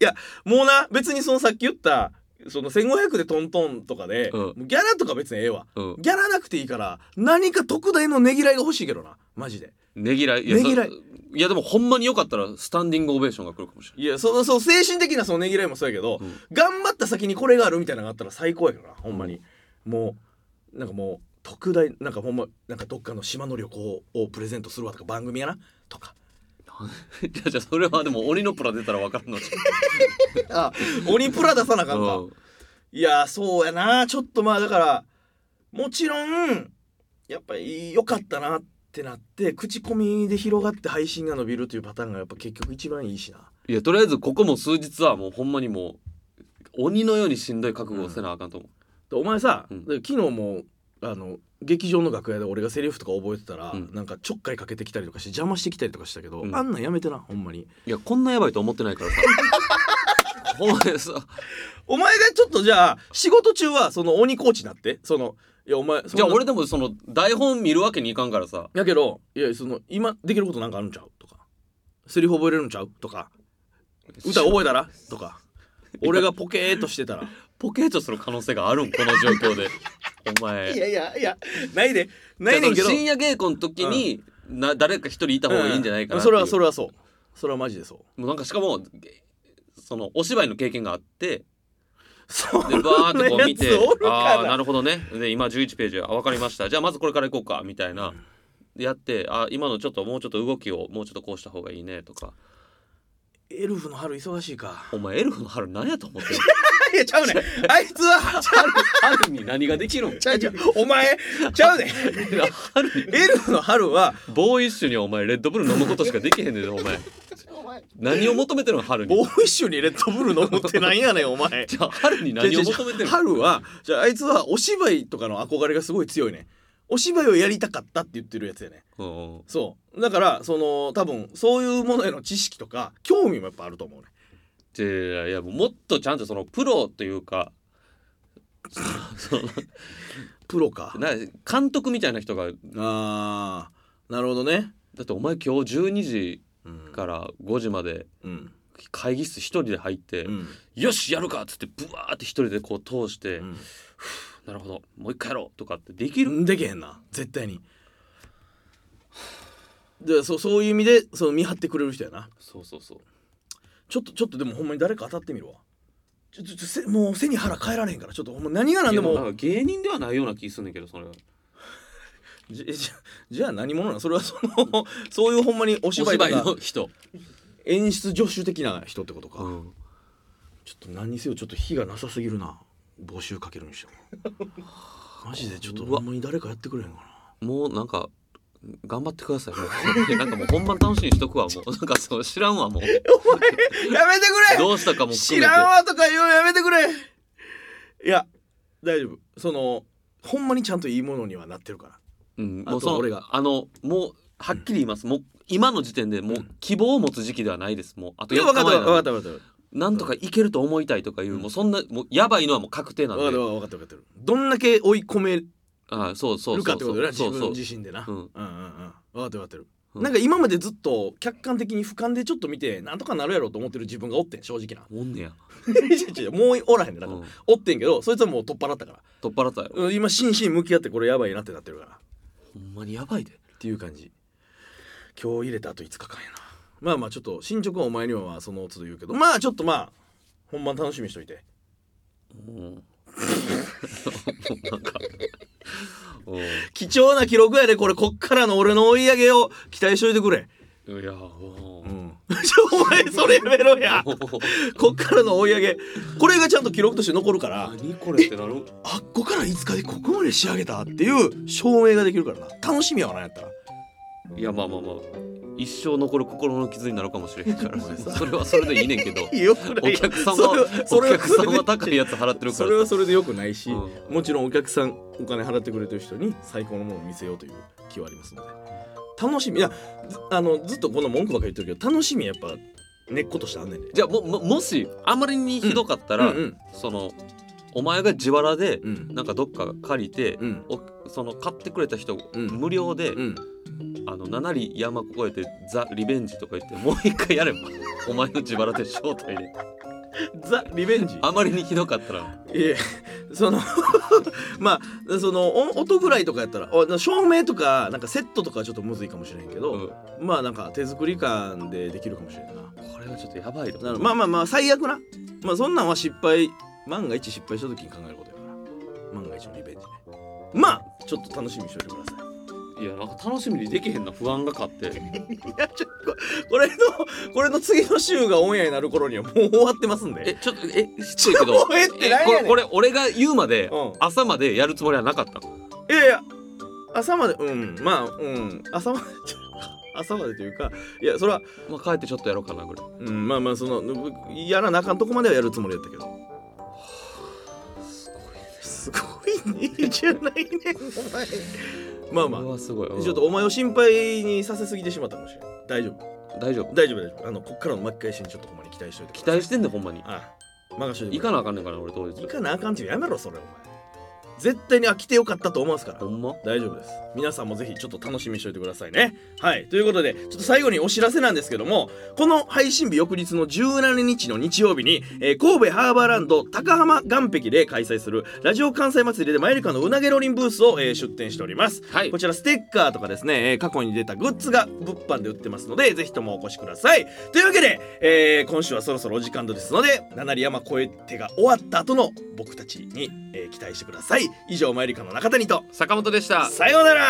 Speaker 3: いやもうな別にそのさっき言ったその1500でトントンとかで、
Speaker 2: うん
Speaker 3: もうギャラとか別にええわ
Speaker 2: うん
Speaker 3: ギャラなくていいから何か特大のねぎらいが欲しいけどなマジで
Speaker 2: ねぎらいいやそ
Speaker 3: ねぎらい
Speaker 2: いやでもほんまによかったらスタンディングオベーションが来るかもしれない
Speaker 3: いやそのそう精神的なそのねぎらいもそうやけど、
Speaker 2: うん
Speaker 3: 頑張った先にこれがあるみたいなのがあったら最高やけどなほんまに、もうなんかもう特大なんかほんまなんかどっかの島の旅行をプレゼントするわとか番組やなとか
Speaker 2: いやじゃあそれはでも鬼のプラ出たら分かる のじ
Speaker 3: あ鬼プラ出さなあ
Speaker 2: ゃ
Speaker 3: か
Speaker 2: ん
Speaker 3: んか、
Speaker 2: うん
Speaker 3: いやそうやなちょっとまあだからもちろんやっぱり良かったなってなって口コミで広がって配信が伸びるというパターンがやっぱ結局一番いいしない
Speaker 2: やとりあえずここも数日はもうほんまにもう鬼のようにしんどい覚悟をせなあかんと思う、
Speaker 3: でお前さ、
Speaker 2: うん
Speaker 3: で昨日もあの劇場の楽屋で俺がセリフとか覚えてたら、
Speaker 2: うん
Speaker 3: なんかちょっかいかけてきたりとかして邪魔してきたりとかしたけど、
Speaker 2: うん
Speaker 3: あんなんやめてなほんまに
Speaker 2: いやこんなやばいと思ってないからさ ほんまにさ
Speaker 3: お前がちょっとじゃあ仕事中はその鬼コーチになってそのいやお前そんな
Speaker 2: じゃあ俺でもその台本見るわけにいかんからさ
Speaker 3: やけどいやその今できることなんかあるんちゃうとかセリフ覚えれるんちゃうとか歌覚えたらとか俺がポケーっとして たら
Speaker 2: ポケーとする可能性があるんこの状況でお前
Speaker 3: いやいやないでないねんけど
Speaker 2: じゃあその深夜稽古の時に、な誰か一人いた方がいいんじゃないかなって
Speaker 3: そ
Speaker 2: いう、
Speaker 3: れはそれはそうそれはマジでそう
Speaker 2: もうなんかしかもそのお芝居の経験があって
Speaker 3: そ
Speaker 2: でバーってこう見て
Speaker 3: んなやつおるかな
Speaker 2: ああーなるほどねで今11ページあ分かりましたじゃあまずこれからいこうかみたいなでやってあ今のちょっともうちょっと動きをもうちょっとこうした方がいいねとか
Speaker 3: エルフの春忙しいか
Speaker 2: お前エルフの春何やと思ってる
Speaker 3: いやちゃうねんあいつはちゃう
Speaker 2: 春に 何ができるん
Speaker 3: ちゃうちゃうお前ちゃうねん
Speaker 2: 春に
Speaker 3: エルフの春は
Speaker 2: ボーイッシュにお前レッドブル飲むことしかできへんねんお前何を求めてるの春
Speaker 3: ボ
Speaker 2: に
Speaker 3: ーイッシュにレッドブル飲むってなんやねんお前
Speaker 2: じゃあ春に何を求めてるの
Speaker 3: 春はじゃああいつはお芝居とかの憧れがすごい強いねんお芝居をやりたかったって言ってるやつやねん
Speaker 2: うんうん
Speaker 3: そうだからその多分そういうものへの知識とか興味もやっぱあると思うね
Speaker 2: いやいやもっとちゃんとそのプロというかその
Speaker 3: プロか
Speaker 2: な監督みたいな人が
Speaker 3: あーなるほどね、
Speaker 2: だってお前今日12時
Speaker 3: うん
Speaker 2: から5時まで
Speaker 3: うん
Speaker 2: 会議室一人で入って、
Speaker 3: うん
Speaker 2: よしやるかっつってブワーって一人でこう通して、
Speaker 3: うん
Speaker 2: なるほどもう一回やろうとかってできる、
Speaker 3: できへんな絶対にでそうそういう意味でその見張ってくれる人やな
Speaker 2: そうそうそう
Speaker 3: ちょっとちょっとでもほんまに誰か当たってみるわちょちょちょせもう背に腹変えられへんからちょっとほんま何が何で
Speaker 2: でも
Speaker 3: も
Speaker 2: 芸人ではないような気すんねんけどそれ
Speaker 3: じじゃじゃあ何者なんそれはその そういうほんまにお
Speaker 2: お
Speaker 3: 芝居と
Speaker 2: 芝居
Speaker 3: か
Speaker 2: の人、
Speaker 3: 演出助手的な人ってことか、
Speaker 2: ん、
Speaker 3: ちょっと何にせよちょっと火がなさすぎるな募集かけるにしても マジでちょっと
Speaker 2: うわ
Speaker 3: ほんまに誰かやってくれへんかな
Speaker 2: もうなんか頑張ってくだ さいもうなんかもう本番楽しみにしとくわも うなんかそう知らん わもう
Speaker 3: やめてく
Speaker 2: どうしたかも
Speaker 3: れ
Speaker 2: 含
Speaker 3: 知
Speaker 2: めて
Speaker 3: らんわとか言うのやめてくれいや大丈夫そのほんまにちゃんといいものにはなってるから
Speaker 2: うん、
Speaker 3: あと
Speaker 2: もうその
Speaker 3: 俺が
Speaker 2: あのもうはっきり言います、もう今の時点でもう希望を持つ時期ではないですもうあと
Speaker 3: いや分かった
Speaker 2: 四日
Speaker 3: 分
Speaker 2: 前な
Speaker 3: か
Speaker 2: ん
Speaker 3: っ
Speaker 2: で
Speaker 3: た分かった分か
Speaker 2: なんとかいけると思いたいとかいう、
Speaker 3: うん
Speaker 2: もうそんなもうやばいのはもう確定なん
Speaker 3: った
Speaker 2: で
Speaker 3: 分かった分かったどんだけ追い込める
Speaker 2: ああそうそうそう
Speaker 3: かってことだな自
Speaker 2: そう
Speaker 3: 分
Speaker 2: そう
Speaker 3: 自身でなう
Speaker 2: うん
Speaker 3: う
Speaker 2: ん
Speaker 3: んうん分かった分かってる
Speaker 2: うん
Speaker 3: なんか今までずっと客観的に俯瞰でちょっと見てなんとかなるやろうと思ってる自分がおってん正直な
Speaker 2: もんねや、
Speaker 3: いやいやいやもうおらへんねんだ
Speaker 2: う
Speaker 3: から
Speaker 2: ん、
Speaker 3: おってんけどそいつはもう取っ払ったから
Speaker 2: 取っ払ったやろ、
Speaker 3: うん今真摯に向き合ってこれやばいなってなってるから
Speaker 2: ほんまにやばいで
Speaker 3: っていう感じ今日入れたあと5日間やなまあまあちょっと進捗はお前にはまあその都度言うけどまあちょっとまあ本番楽しみにしといて
Speaker 2: うんもう なんかう
Speaker 3: 貴重な記録やでこれこっからの俺の追い上げを期待しといてくれ
Speaker 2: んいやもう、
Speaker 3: んお前それやめろや
Speaker 2: もう
Speaker 3: こっからの追い上げこれがちゃんと記録として残るから
Speaker 2: 何これってなる
Speaker 3: あっこから5日でここまで仕上げたっていう証明ができるからな楽しみやわなやったら
Speaker 2: いやまあまあまあ一生残る心の傷になるかもしれへんから
Speaker 3: 前さ
Speaker 2: それはそれでいいねんけど
Speaker 3: よく
Speaker 2: お客さんはお客さんは高いやつ払ってるか
Speaker 3: そ
Speaker 2: ら
Speaker 3: れは
Speaker 2: さ
Speaker 3: それでよくないし、
Speaker 2: う
Speaker 3: もちろんお客さんお金払ってくれてる人に最高のものを見せようという気はありますので楽しみいやずあのずっとこの文句ばっかり言ってるけど楽しみやっぱ根っことしてあんねんで
Speaker 2: じゃあもももしあまりにひどかったら、
Speaker 3: うんうん
Speaker 2: そのお前が自腹で
Speaker 3: うん
Speaker 2: なんかどっか借りて、
Speaker 3: うん
Speaker 2: おその買ってくれた人、
Speaker 3: うん
Speaker 2: 無料で、
Speaker 3: うん
Speaker 2: あの7里山越えて「ザ・リベンジ」とか言ってもう一回やれば お前の自腹で招待で
Speaker 3: ザ・リベンジ
Speaker 2: あまりにひどかったら
Speaker 3: いえ そのまあそのお音ぐらいとかやったらお照明とかなんかセットとかはちょっとむずいかもしれへんけ
Speaker 2: うん
Speaker 3: ど、まあなんか手作り感でできるかもしれんな
Speaker 2: これはちょっとやばい
Speaker 3: な
Speaker 2: な
Speaker 3: るまあまあまあ最悪なまあそんなんは失敗万が一失敗した時に考えることやから万が一のリベンジねまあちょっと楽しみにしておいて くださ
Speaker 2: いやなんか楽しみにできへんな不安が勝って
Speaker 3: いいやちょっとこれのこれの次の週がオンエアになる頃にはもう終わってますん
Speaker 2: え
Speaker 3: で
Speaker 2: ちょっと え失礼けど
Speaker 3: もうえってなんや
Speaker 2: こ
Speaker 3: ねん
Speaker 2: れこれ俺が言うまで、
Speaker 3: うん
Speaker 2: 朝までやるつもりはなかったの
Speaker 3: いやいや朝までうんまあうん朝まで というか朝までというかいやそれは
Speaker 2: まあ帰ってちょっとやろうかなぐらい
Speaker 3: うんまあまあそのやらなあかんとこまではやるつもりやったけど
Speaker 2: すごい
Speaker 3: すごいね じゃないねお前まあまあ
Speaker 2: すごいうん
Speaker 3: ちょっとお前を心配にさせすぎてしまったかもしれない。大丈夫。
Speaker 2: 大丈夫
Speaker 3: 大丈夫、大丈夫。あの、こっからの巻き返しにちょっとほんまに期待しといてく
Speaker 2: 期
Speaker 3: ださい。
Speaker 2: 待してんねんほんまに
Speaker 3: ああ、任しといて
Speaker 2: 行
Speaker 3: くだ
Speaker 2: かなあかんねんから俺当日
Speaker 3: さい。いかなあかんっていうやめろ、それ、お前。絶対に飽きてよかったと思いますから
Speaker 2: ほ。んま
Speaker 3: 大丈夫です。皆さんもぜひちょっと楽しみにしておいてくださいね。はい。ということで、ちょっと最後にお知らせなんですけども、この配信日翌日の17日の日曜日に、えー神戸ハーバーランド高浜岸壁で開催するラジオ関西祭りでマイルカのうなげロリンブースを、えー出展しております。
Speaker 2: はい
Speaker 3: こちらステッカーとかですね、えー過去に出たグッズが物販で売ってますので、ぜひともお越しください。というわけで、えー今週はそろそろお時間ですので、七里山越えてが終わった後の僕たちに、えー期待してください。以上、マイルカの中谷と、
Speaker 2: 坂本でした
Speaker 3: さようなら